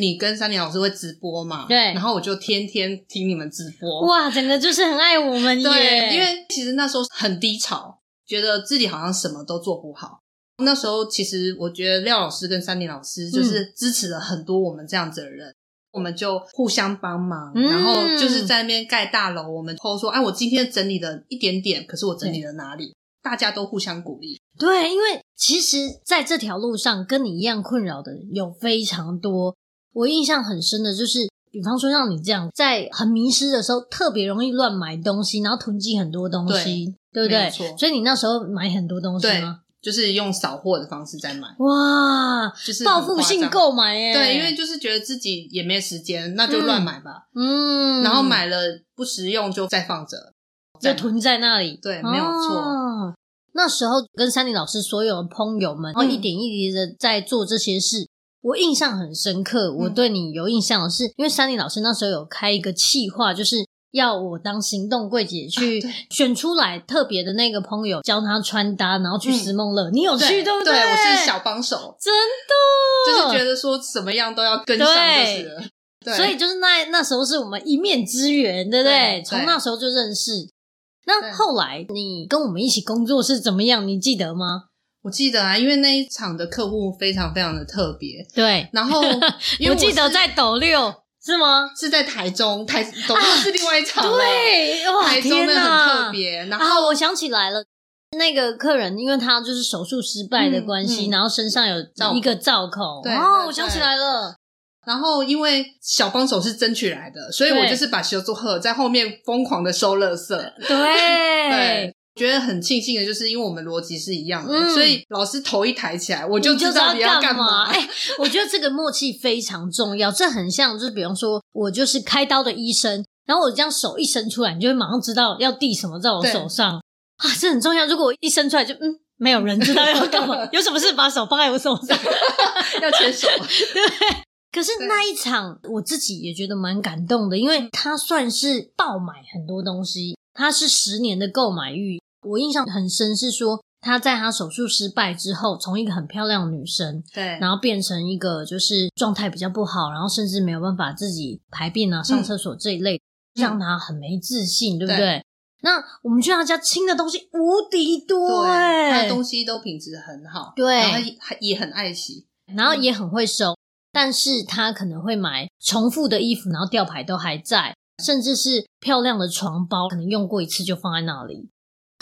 你跟三林老师会直播嘛？对然后我就天天听你们直播。哇，整个就是很爱我们耶！对，因为其实那时候很低潮，觉得自己好像什么都做不好。那时候其实我觉得廖老师跟三林老师嗯就是支持了很多我们这样子的人，我们就互相帮忙，嗯然后就是在那边盖大楼，我们偷说，哎，我今天整理了一点点，可是我整理了哪里？大家都互相鼓励，对，因为其实在这条路上跟你一样困扰的人有非常多。我印象很深的就是，比方说像你这样，在很迷失的时候，特别容易乱买东西，然后囤积很多东西，对没有不对？错所以你那时候买很多东西吗？就是用扫货的方式在买，哇，就是很报复性夸张。购买耶！对，因为就是觉得自己也没时间，那就嗯乱买吧。嗯，然后买了不实用就再放着，就再囤在那里，对没有错哦那时候跟山里老师所有的朋友们，然嗯后一点一滴的在做这些事。我印象很深刻，嗯我对你有印象的是，因为山里老师那时候有开一个企划，就是要我当行动柜姐去啊对选出来特别的那个朋友，教他穿搭，然后去嗯思梦乐。你有去对不对，对我是小帮手，真的，就是觉得说什么样都要跟上就是了。对，所以就是那那时候是我们一面之缘，对不对？对对从那时候就认识。那对后来你跟我们一起工作是怎么样？你记得吗？我记得啊，因为那一场的客户非常非常的特别，对，然 后因为我记得是在斗六是吗？是在台中，台总共是另外一场了，啊对，哇，台中天的很哪特别，然啊！后我想起来了，那个客人因为他就是手术失败的关系，嗯嗯然后身上有造一个造口。对哦，对我想对起来 了，然后因为小帮手是争取来的，所以我对就是把修祝贺在后面疯狂的收垃圾，对对。。觉得很庆幸的就是，因为我们逻辑是一样的，嗯所以老师头一抬起来，我你就就知道你要干 嘛。哎、我觉得这个默契非常重要，这很像就是，比方说我就是开刀的医生，然后我这样手一伸出来，你就会马上知道要递什么在我对手上啊，这很重要。如果我一伸出来就嗯，没有人知道要干 嘛，有什么事把手放在我手上。要牵手，可是对嗯那一场我自己也觉得蛮感动的，因为他算是爆买很多东西，他是十年的购买欲。我印象很深是说，他在他手术失败之后，从一个很漂亮的女生，对然后变成一个就是状态比较不好，然后甚至没有办法自己排便啊、上厕所这一类，让他很没自信，对不对？嗯对那我们去他家清的东西无敌多对，他哎、的东西都品质很好，对然后他也他也很爱惜，然嗯后也很会收，但是他可能会买重复的衣服，然后吊牌都还在，甚至是漂亮的床包，可能用过一次就放在那里。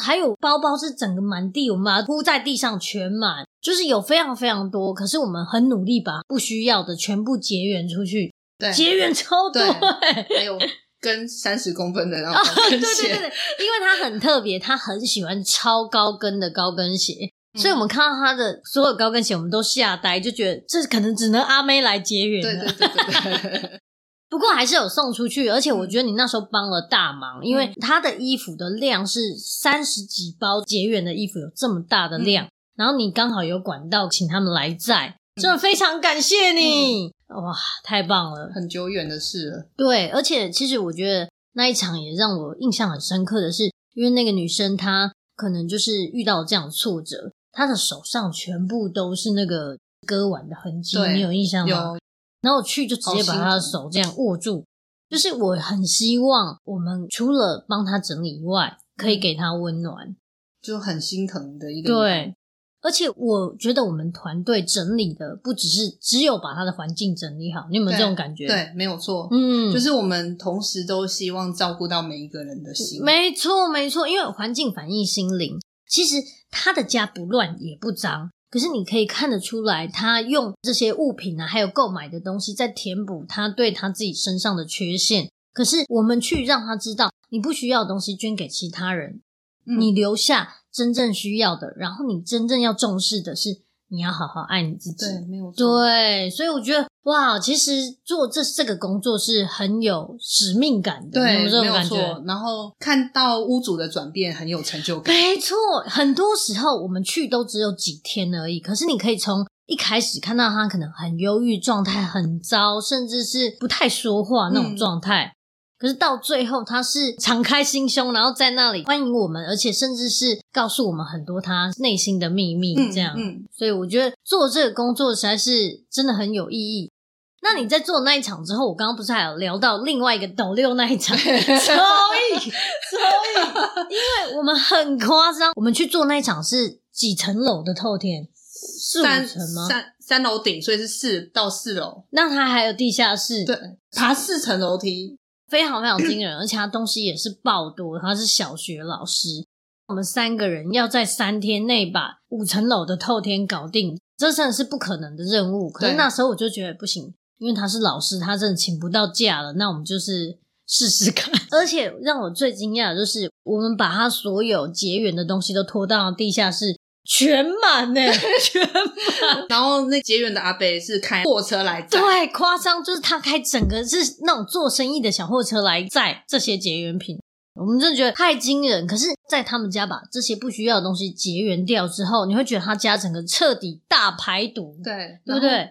还有包包是整个满地，我们把它铺在地上全满，就是有非常非常多。可是我们很努力把不需要的全部结缘出去，对，结缘超多、对欸。 还有跟三十公分的那啊，种对对跟对对，因鞋，为他很特别，他很喜欢超高跟的高跟鞋，嗯所以我们看到他的所有高跟鞋，我们都吓呆，就觉得这可能只能阿妹来结缘嗯对了。对对对对，不过还是有送出去，而且我觉得你那时候帮了大忙，因为他的衣服的量是三十几包结缘的衣服，有这么大的量，然后你刚好有管道请他们来载，真的非常感谢你，哇，太棒了！很久远的事了，对，而且其实我觉得那一场也让我印象很深刻的是，因为那个女生她可能就是遇到这样的挫折，她的手上全部都是那个割腕的痕迹，对你有印象吗？有然后我去就直接把他的手这样握住，就是我很希望我们除了帮他整理以外，可以嗯给他温暖。就很心疼的一个，对，，而且我觉得我们团队整理的不只是只有把他的环境整理好，你有没有对这种感觉？，对，没有错，嗯，就是我们同时都希望照顾到每一个人的心，没错没错，因为环境反映心灵。其实他的家不乱也不脏，可是你可以看得出来，他用这些物品啊，还有购买的东西，在填补他对他自己身上的缺陷。可是我们去让他知道，你不需要的东西捐给其他人，嗯你留下真正需要的，然后你真正要重视的是，你要好好爱你自己。对，没有错，对，所以我觉得哇，其实做这这个工作是很有使命感的，对，有这种没有感错觉。。然后看到屋主的转变很有成就感，没错，很多时候我们去都只有几天而已，可是你可以从一开始看到他可能很忧郁，状态很糟，甚至是不太说话那种嗯状态。可是到最后，他是敞开心胸，然后在那里欢迎我们，而且甚至是告诉我们很多他内心的秘密，嗯这样。嗯，所以我觉得做这个工作实在是真的很有意义。那你在做那一场之后，我刚刚不是还有聊到另外一个斗六那一 场超意超意，因为我们很夸张，我们去做那一场是几层楼的透天，四五三层吗？三三楼顶，所以是四到四楼，那它还有地下室，对，爬四层楼梯，非常非常惊人，而且他东西也是爆多，他是小学老师。我们三个人要在三天内把五层楼的透天搞定，这真的是不可能的任务。可是对那时候我就觉得不行，因为他是老师，他真的请不到假了，那我们就是试试看。 而且让我最惊讶的就是，我们把他所有结缘的东西都拖到地下室，全满欸呢、全然后那结缘的阿北是开货车来载，对，夸张就是他开整个是那种做生意的小货车来载这些结缘品，我们真的觉得太惊人。可是，在他们家把这些不需要的东西结缘掉之后，你会觉得他家整个彻底大排毒，对对不？然后对？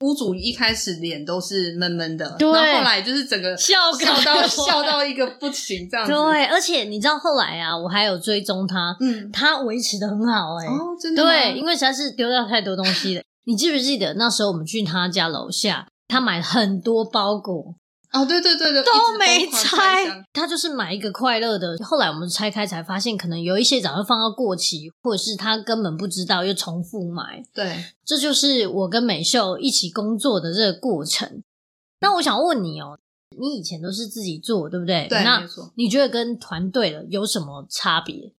屋主一开始脸都是闷闷的，对然后后来就是整个笑笑到笑到，到一个不行这样子，对，而且你知道后来啊，我还有追踪他，嗯，他维持的很好哎、哦，真的吗对，因为实在是丢掉太多东西了。你记不记得那时候我们去他家楼下，他买了很多包裹，哦，对对对对，都一没直疯狂翻拆箱，他就是买一个快乐的。后来我们拆开才发现，可能有一些早就放到过期，或者是他根本不知道又重复买。对，这就是我跟美秀一起工作的这个过程。那我想问你哦，你以前都是自己做，对不对？对没那错你觉得跟团队的有什么差别？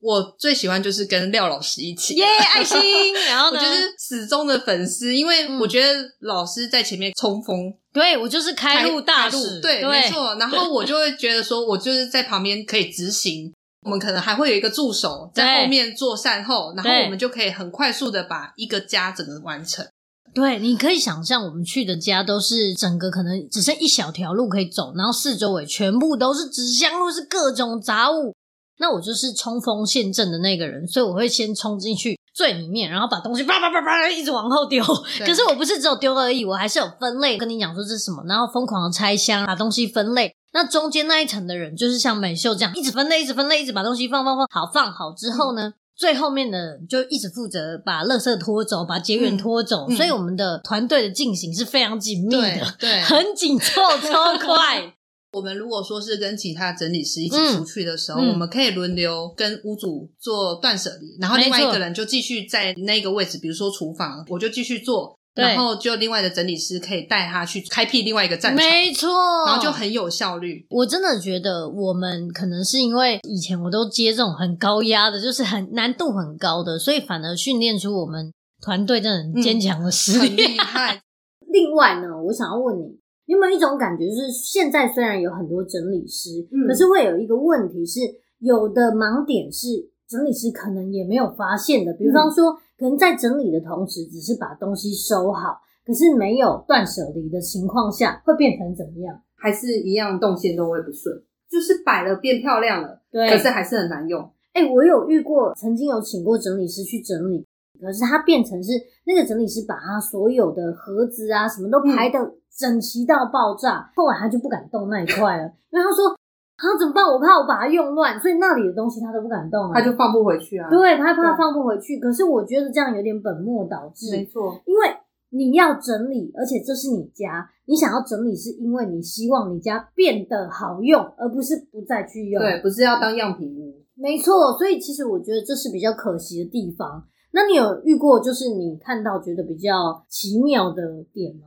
我最喜欢就是跟廖老师一起，耶、爱心！ 然后我呢？就是始终的粉丝，因嗯为我觉得老师在前面冲锋，对我就是开路大开使，对，没错。然后我就会觉得说，我就是在旁边可以执行，我们可能还会有一个助手在对后面做善后，然后对我们就可以很快速的把一个家整个完成。对，你可以想象我们去的家都是整个可能只剩一小条路可以走，然后四周围全部都是纸箱或是各种杂物。那我就是冲锋陷阵的那个人，所以我会先冲进去最里面，然后把东西叭叭叭叭一直往后丢。对可是我不是只有丢而已，我还是有分类，跟你讲说这是什么，然后疯狂的拆箱，把东西分类。那中间那一层的人，就是像美秀这样，一直分类，一直分类，一直把东西放放放好，放好之后嗯呢，最后面的人就一直负责把垃圾拖走，把结缘拖走。嗯嗯所以我们的团队的进行是非常紧密 对的，对，很紧凑，超快。我们如果说是跟其他整理师一起嗯出去的时候，嗯我们可以轮流跟屋主做断舍离，然后另外没一错个人就继续在那个位置，比如说厨房，我就继续做，对然后就另外的整理师可以带他去开辟另外一个 战场，没错，然后就很有 效率。我真的觉得我们可能是因为以前我都接这种很高压的，就是很难度很高的，所以反而训练出我们团队真的很坚强的实嗯很力。厉害，另外呢，我想要问你，你有没有一种感觉，就是现在虽然有很多整理师，嗯可是会有一个问题是，有的盲点是整理师可能也没有发现的，比方说，可能在整理的同时，只是把东西收好，可是没有断舍离的情况下，会变成怎么样？还是一样动线都会不顺，就是摆了变漂亮了，对还是很难用。哎、我有遇过，曾经有请过整理师去整理，可是他变成是那个整理师把他所有的盒子啊什么都排的整齐到爆炸，后来他就不敢动那一块了，因为他说啊怎么办？我怕我把它用乱，所以那里的东西他都不敢动了，放不回去啊对他怕对放不回去。可是我觉得这样有点本末倒置，错，因为你要整理，而且这是你家，你想要整理是因为你希望你家变得好用，而不是不再去用。，不是要当样品屋。没错，所以其实我觉得这是比较可惜的地方。那你有遇过就是你看到觉得比较奇妙的点吗？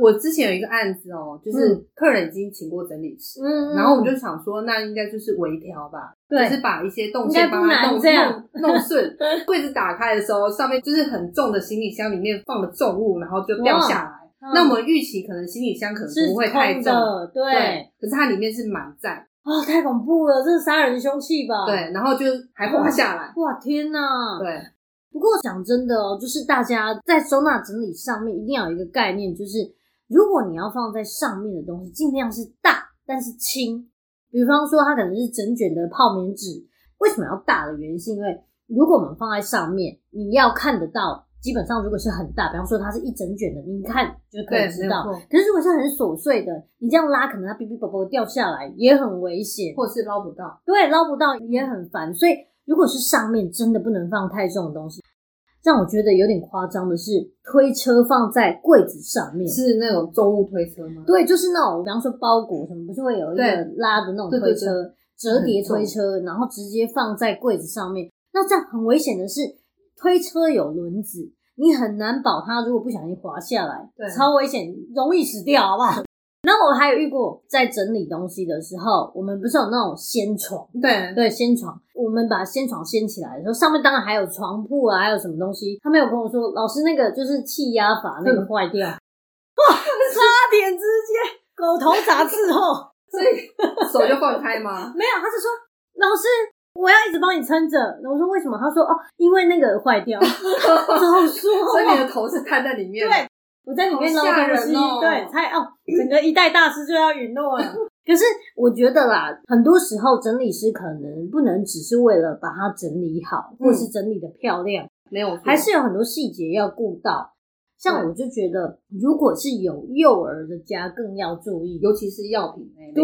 我之前有一个案子哦，就是客人已经请过整理师，嗯然后我们就想说，那应该就是微调吧，对就是把一些动应该线不把它难弄这样弄 弄顺。柜子打开的时候，上面就是很重的行李箱，里面放了重物，然后就掉下来。那我们预期可能行李箱可能嗯是不会太空重，的，对，可是它里面是满载，哦，太恐怖了，这是杀人凶器吧？，对，然后就还滑下来，哇天哪！对，不过讲真的哦，就是大家在收纳整理上面一定要有一个概念，就是如果你要放在上面的东西，尽量是大但是轻。比方说，它可能是整卷的泡棉纸，为什么要大的原因是因为，如果我们放在上面，你要看得到。基本上，如果是很大，比方说它是一整卷的，你看就可以对知道没有错。可是如果是很琐碎的，你这样拉，可能它哔哔啵啵掉下来，也很危险。或者是捞不到。对，捞不到也很烦。所以如果是上面真的不能放太重的东西，让我觉得有点夸张的是，推车放在柜子上面。是那种重物推车吗？对，就是那种，比方说包裹什么，不是会有一个对拉的那种对推对车，对折叠推车，然后直接放在柜子上面。那这样很危险的是，推车有轮子，你很难保它如果不小心滑下来，对超危险，容易死掉，好不好？ 然后我还有遇过，在整理东西的时候，我们不是有那种掀床，对对，掀床，我们把掀床掀起来的时候，上面当然还有床铺啊，还有什么东西。他没有跟我说，老师那个就是气压阀那个坏嗯掉，哇，差点直接狗头砸伺候。手就放开吗？ 没有，他是说老师，我要一直帮你撑着。我说为什么？他说哦，因为那个坏 掉，哦早所以你说。的头是探在里面，对，我在里面捞好吓东人西，哦对，才哦，整个一代大师就要陨 落了。可是我觉得啦，很多时候整理师可能不能只是为了把它整理好，或是整理的漂亮，没有错，还是有很多细节要顾到。像我就觉得，如果是有幼儿的家，更要注意。尤其是药品那一类对，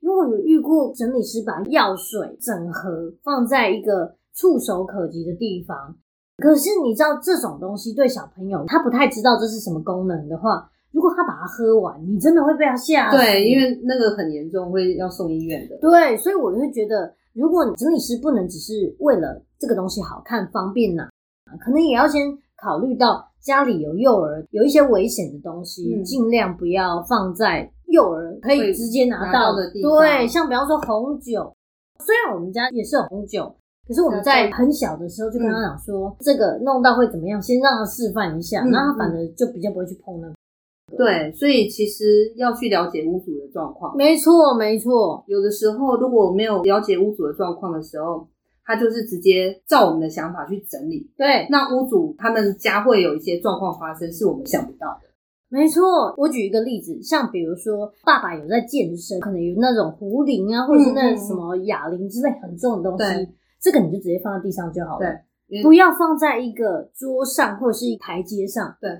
因为我有遇过整理师把药水整盒放在一个触手可及的地方，可是你知道这种东西对小朋友他不太知道这是什么功能的话，如果他把它喝完，你真的会被他吓死。对，因为那个很严重，会要送医院的。对，所以我就会觉得，如果整理师不能只是为了这个东西好看方便拿，可能也要先考虑到家里有幼儿有一些危险的东西，嗯尽量不要放在幼儿可以会直接拿拿到的的地对，方像比方说红酒，虽然我们家也是有红酒。可是我们那在在很小的时候就跟他讲说，这个弄到会怎么样，先让他示范一下，嗯然后他嗯反而就比较不会去碰那个。对，所以其实要去了解屋主的状况。没错，没错，有的时候如果没有了解屋主的状况的时候，他就是直接照我们的想法去整理。对，那屋主他们家会有一些状况发生，是我们想不到的。没错，我举一个例子，像比如说爸爸有在健身，可能有那种壶铃啊，或者是那什么哑铃之类很重的东西，嗯对这个你就直接放在地上就好了，对不要放在一个桌上或者是一台阶上，对，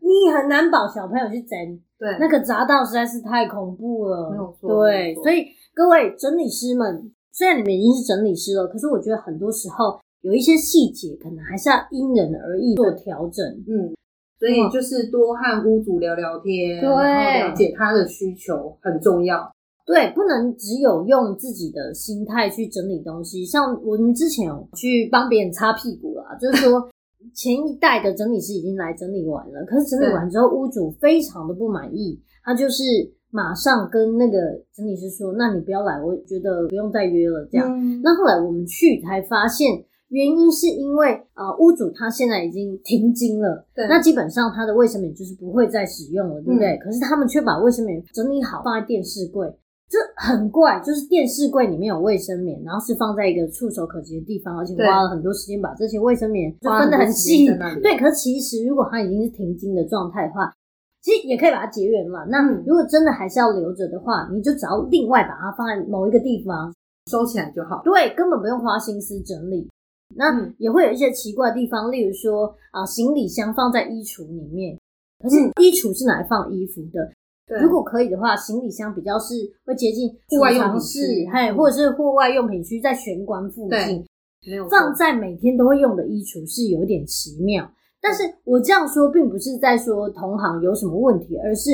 你很难保小朋友去整，对那个砸到实在是太恐怖了，没有错没对，有错所以各位整理师们，虽然你们已经是整理师了，可是我觉得很多时候有一些细节可能还是要因人而异做调整，嗯，所以就是多和屋主聊聊天，对然后了解他的需求很重要。对，不能只有用自己的心态去整理东西。像我们之前有去帮别人擦屁股啦，就是说前一代的整理师已经来整理完了，可是整理完之后，屋主非常的不满意，他就是马上跟那个整理师说：“那你不要来，我觉得不用再约了。”这样。嗯那后来我们去才发现，原因是因为呃屋主他现在已经停经了，对嗯那基本上他的卫生棉就是不会再使用了，对不对？可是他们却把卫生棉整理好放在电视柜，就很怪，就是电视柜里面有卫生棉，然后是放在一个触手可及的地方，而且对花了很多时间把这些卫生棉就花分很得多很时间细在那，里对。可是其实如果它已经是停经的状态的话。其实也可以把它结缘了。那嗯如果真的还是要留着的话，你就只要另外把它放在某一个地方，收起来就好。对，根本不用花心思整理。那嗯也会有一些奇怪的地方，例如说啊、行李箱放在衣橱里面，可是衣橱是拿来放衣服的。嗯对如果可以的话，行李箱比较是会接近户外用储藏品室区，嘿，或者是户外用品区，在玄关附对近，没有放错在每天都会用的衣橱是有点奇妙。但是我这样说，并不是在说同行有什么问题，而是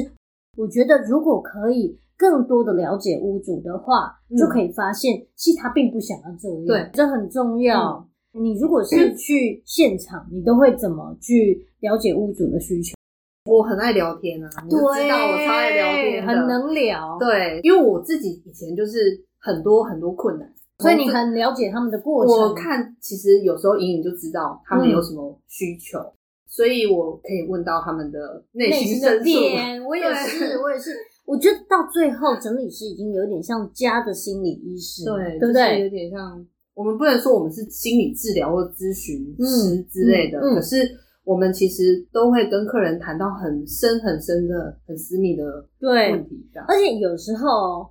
我觉得如果可以更多的了解屋主的话，嗯就可以发现其实他并不想要这样，对嗯这很重要。你如果是去现场，你都会怎么去了解屋主的需求？我很爱聊天啊，你就知道我超爱聊天的，很能聊，对，因为我自己以前就是很多很多困难，所以你很了解他们的过程。啊嗯我看其实有时候隐隐就知道他们有什么需求，所以我可以问到他们的内内心心深的处。啊点，我也对 是，我也是。我觉得到最后，整理师已经有点像家的心理医师，对，对不就是对？有点像我们不能说我们是心理治疗或咨询师之类的，嗯嗯嗯可是我们其实都会跟客人谈到很深很深的、很私密的对问，题，这样而且有时候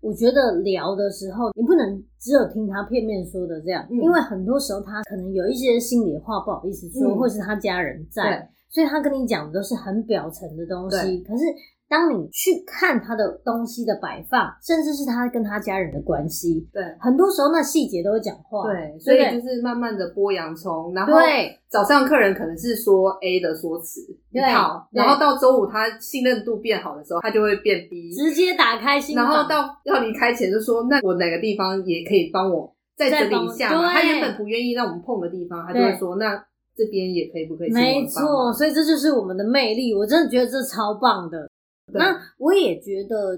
我觉得聊的时候，你不能只有听他片面说的这样，嗯因为很多时候他可能有一些心里话不好意思说，嗯或是他家人在，对，所以他跟你讲的都是很表层的东西，可是。当你去看他的东西的摆放，甚至是他跟他家人的关系，对。很多时候那细节都会讲话。对，不所以就是慢慢的剥洋葱，然后对早上客人可能是说 A 的说辞一对套，对然后到周五他信任度变好的时候，他就会变 B，直接打开心然房，后到要离开前就说，那我哪个地方也可以帮我再再整帮理我一下嘛。他对原本不愿意让我们碰的地方，他就会对说，那这边也可以不可以请我没们帮错，忙？所以这就是我们的魅力，我真的觉得这超棒的。对那我也觉得，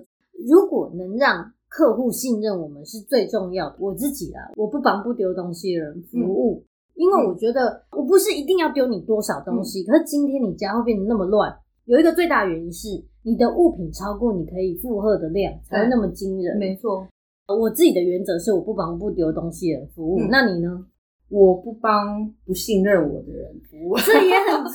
如果能让客户信任我们是最重要的。我自己啊，我不帮不丢东西的人服嗯务，因为我觉得我不是一定要丢你多少东嗯西，可是今天你家会变得那么乱，有一个最大原因是你的物品超过你可以负荷的量，才会那么惊人。没错，我自己的原则是我不帮不丢东西的人服务，嗯那你呢？我不帮不信任我的人服务，这也很重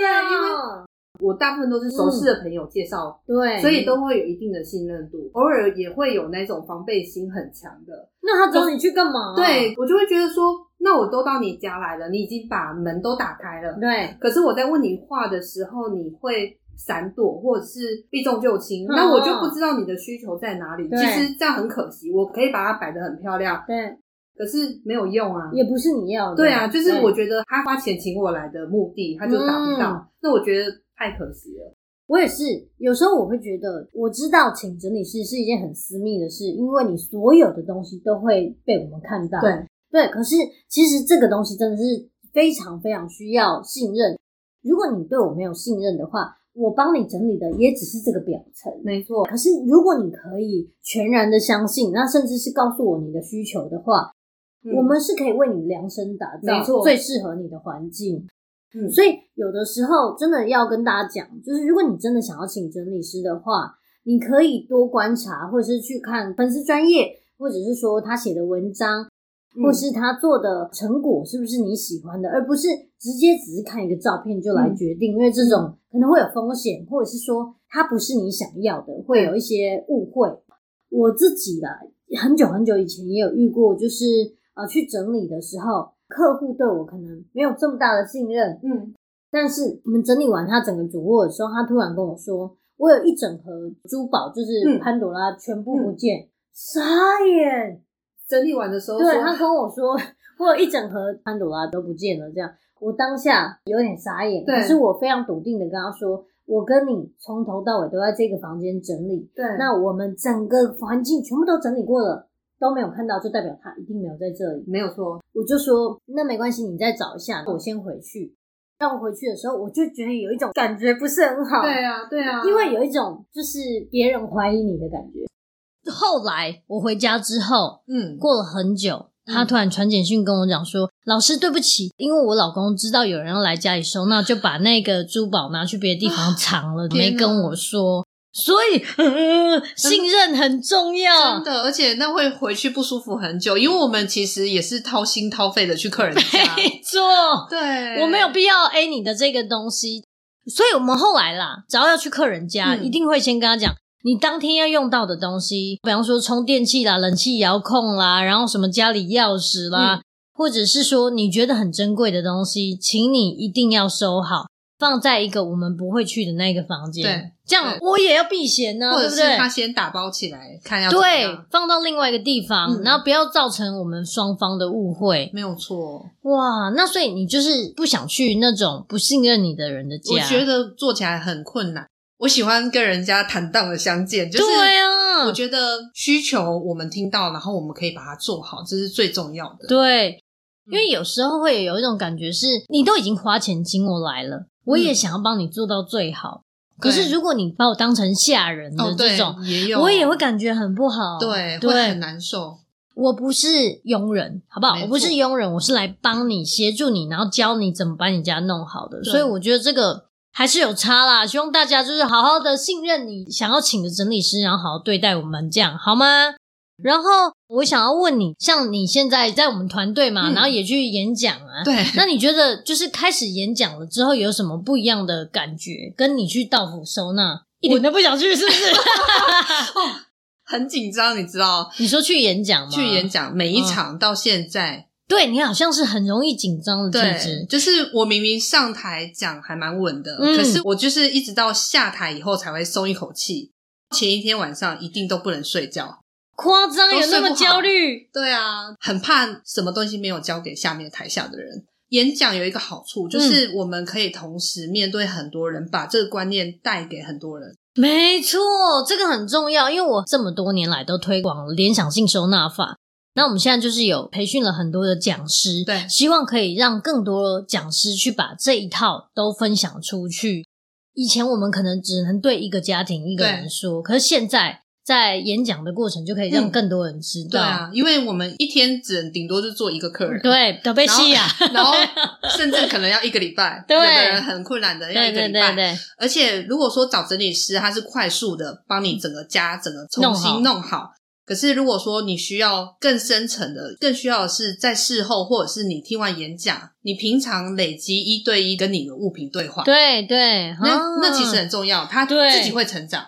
要要，我大部分都是熟识的朋友介 绍，对，所以都会有一定的信任度，偶尔也会有那种防备心很强的，那他找你去干嘛？啊对我就会觉得说，那我都到你家来了，你已经把门都打开了，对，可是我在问你话的时候，你会闪躲或者是避重就轻，嗯那我就不知道你的需求在哪里。对其实这样很可惜，我可以把它摆得很漂亮，对，可是没有用啊。也不是你要的。对啊，就是我对，觉得他花钱请我来的目的，他就达不到，嗯那我觉得太可惜了。我也是，有时候我会觉得，我知道请整理师是一件很私密的事，因为你所有的东西都会被我们看到。对对，可是其实这个东西真的是非常非常需要信任。如果你对我没有信任的话，我帮你整理的也只是这个表层。没错，可是如果你可以全然的相信，那甚至是告诉我你的需求的话，嗯我们是可以为你量身打没造错最适合你的环境。嗯所以有的时候真的要跟大家讲，就是如果你真的想要请整理师的话，你可以多观察，或者是去看粉丝专业，或者是说他写的文章，嗯或是他做的成果是不是你喜欢的，而不是直接只是看一个照片就嗯来决定，因为这种可能会有风险，或者是说它不是你想要的，会嗯有一些误会。我自己啦，很久很久以前也有遇过，就是呃去整理的时候，客户对我可能没有这么大的信任，嗯但是我们整理完他整个主卧的时候，他突然跟我说，我有一整盒珠宝，就是嗯潘朵拉全部不见，傻眼。整理完的时候说，对他跟我说，我有一整盒潘朵拉都不见了，这样我当下有点傻眼，对可是我非常笃定的跟他说，我跟你从头到尾都在这个房间整理，对那我们整个环境全部都整理过了，都没有看到，就代表他一定没有在这里。没有错，我就说那没关系，你再找一下，我先回去。让我回去的时候，我就觉得有一种感觉不是很好，对啊对啊，因为有一种就是别人怀疑你的感觉。后来我回家之后，嗯过了很久，嗯他突然传简讯跟我讲说：“老师，对不起，因为我老公知道有人要来家里收纳，就把那个珠宝拿去别的地方藏了，没天哪跟我说。所以、呃信任很重要真。的，而且那会回去不舒服很久，因为我们其实也是掏心掏肺的去客人家，没错，对，我没有必要 A 你的这个东西。所以我们后来啦，只要要去客人家，嗯一定会先跟他讲。”你当天要用到的东西，比方说充电器啦、冷气遥控啦，然后什么家里钥匙啦，嗯或者是说你觉得很珍贵的东西，请你一定要收好，放在一个我们不会去的那个房间。对，这样我也要避嫌呢、或对者不是对他？先打包起来看要怎么对样，放到另外一个地方，嗯然后不要造成我们双方的误会。没有错。哇，那所以你就是不想去那种不信任你的人的家，我觉得做起来很困难，我喜欢跟人家坦荡的相见，就是对啊，我觉得需求我们听到，然后我们可以把它做好，这是最重要的。对，嗯因为有时候会有一种感觉是，你都已经花钱请我来了，我也想要帮你做到最好。可嗯对是如果你把我当成下人哦的，这对种，，也有，我也会感觉很不好。对，会很对，难受。我不是佣人，好不好？没错我不是佣人，我是来帮你协助你，然后教你怎么把你家弄好的。对所以我觉得这个。还是有差啦，希望大家就是好好的信任你想要请的整理师，然后好好对待我们，这样好吗？然后我想要问你，像你现在在我们团队嘛，嗯然后也去演讲啊，对，那你觉得就是开始演讲了之后有什么不一样的感觉？跟你去道府收纳一点都不想去，是不 是？很紧张，你知道，你说去演讲吗？去演，讲每嗯一场到现在，对你好像是很容易紧张的体对，质。就是我明明上台讲还蛮稳的，嗯可是我就是一直到下台以后才会松一口气。前一天晚上一定都不能睡觉，夸张都有那睡么不好焦虑？对啊，很怕什么东西没有交给下面台下的人。演讲有一个好处，嗯就是我们可以同时面对很多人，把这个观念带给很多人。没错，这个很重要，因为我这么多年来都推广联想性收纳法。那我们现在就是有培训了很多的讲师，对希望可以让更多讲师去把这一套都分享出去。以前我们可能只能对一个家庭一个人说，可是现在在演讲的过程就可以让嗯更多人知对道。啊，因为我们一天只能顶多就做一个客人，对，德贝然后西亚，然后甚至可能要一个礼拜， 对有的人很困难 的要对一个对礼对拜。对，而且如果说找整理师，他是快速的帮你整个家整个重新弄好弄好。可是如果说你需要更深层的，更需要的是在事后或者是你听完演讲，你平常累积一对一跟你的物品对话，对对，那、啊那其实很重要，他对自己会成长。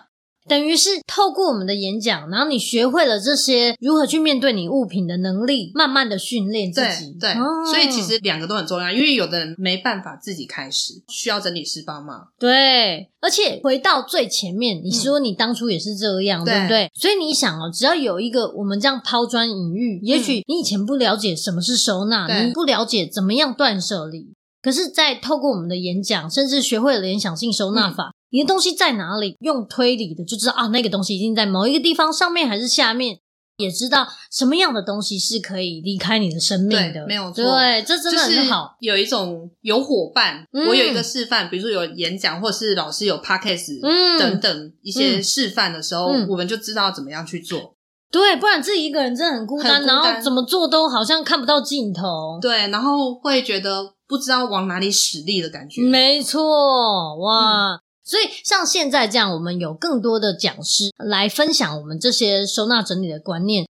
等于是透过我们的演讲，然后你学会了这些如何去面对你物品的能力，慢慢的训练自对己。对，哦所以其实两个都很重要，因为有的人没办法自己开始，需要整理师帮忙。对，而且回到最前面，嗯你说你当初也是这样，对不对？所以你想哦，只要有一个我们这样抛砖引玉，也许你以前不了解什么是收纳，嗯对你不了解怎么样断舍离，可是，在透过我们的演讲，甚至学会了联想性收嗯纳法。你的东西在哪里？用推理的就知道啊，那个东西一定在某一个地方，上面还是下面，也知道什么样的东西是可以离开你的生命对的。没有错对，这真的就是很好。有一种有伙伴，嗯我有一个示范，比如说有演讲，或者是老师有 podcast、嗯等等一些示范的时候，嗯我们就知道怎么样去做。对，不然自己一个人真的很孤单，很孤然单后怎么做都好像看不到尽头。对，然后会觉得不知道往哪里使力的感觉。没错，哇！所以像现在这样，我们有更多的讲师来分享我们这些收纳整理的观念。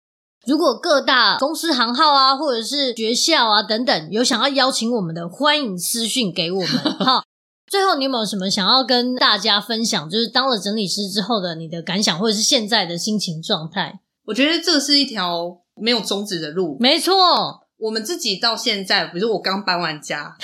如果各大公司行号啊，或者是学校啊等等，有想要邀请我们的，欢迎私讯给 我们哈。最后，你有没有什么想要跟大家分享？就是当了整理师之后的你的感想，或者是现在的心情状态？我觉得这是一条没有终止的路。没错， 我们自己到现在，比如说我刚搬完家，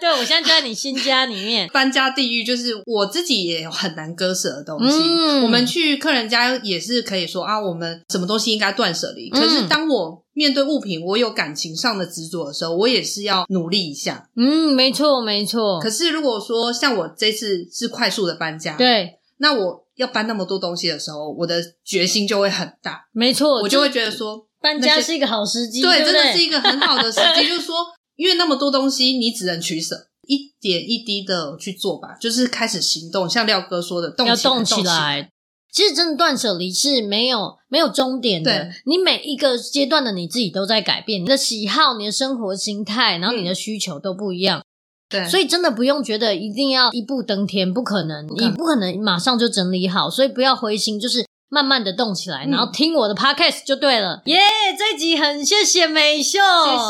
对我现在就在你新家里面，搬家地狱就是我自己也有很难割舍的东西。嗯我们去客人家也是可以说啊，我们什么东西应该断舍离。可嗯是当我面对物品，我有感情上的执着的时候，我也是要努力一下。嗯，没错，没错，可是如果说像我这次是快速的搬家，，对，那我要搬那么多东西的时候，我的决心就会很大，没错，我就会觉得说，搬那家些是一个好时机，对，不真的是对？一个很好的时机，就是说，因为那么多东西，你只能取舍，一点一滴的去做吧，就是开始行动。像廖哥说的，动要起来，动起起来。其实真的断舍离是没有没有终点的对，你每一个阶段的你自己都在改变，你的喜好、你的生活心态，然后你的需求都不一样，对，所以以真的不用觉得一定要一步登天，不可能，可能你不可能马上就整理好，所以不要灰心，就是。慢慢的动起来，嗯然后听我的 podcast 就对了，耶、这一集很谢谢美秀，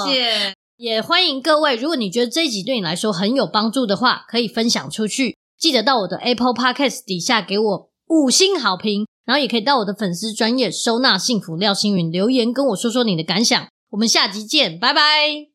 谢谢，也欢迎各位，如果你觉得这一集对你来说很有帮助的话，可以分享出去。记得到我的 Apple Podcast 底下给我五星好评，然后也可以到我的粉丝专业收纳幸福廖星云留言跟我说说你的感想。我们下集见，拜拜。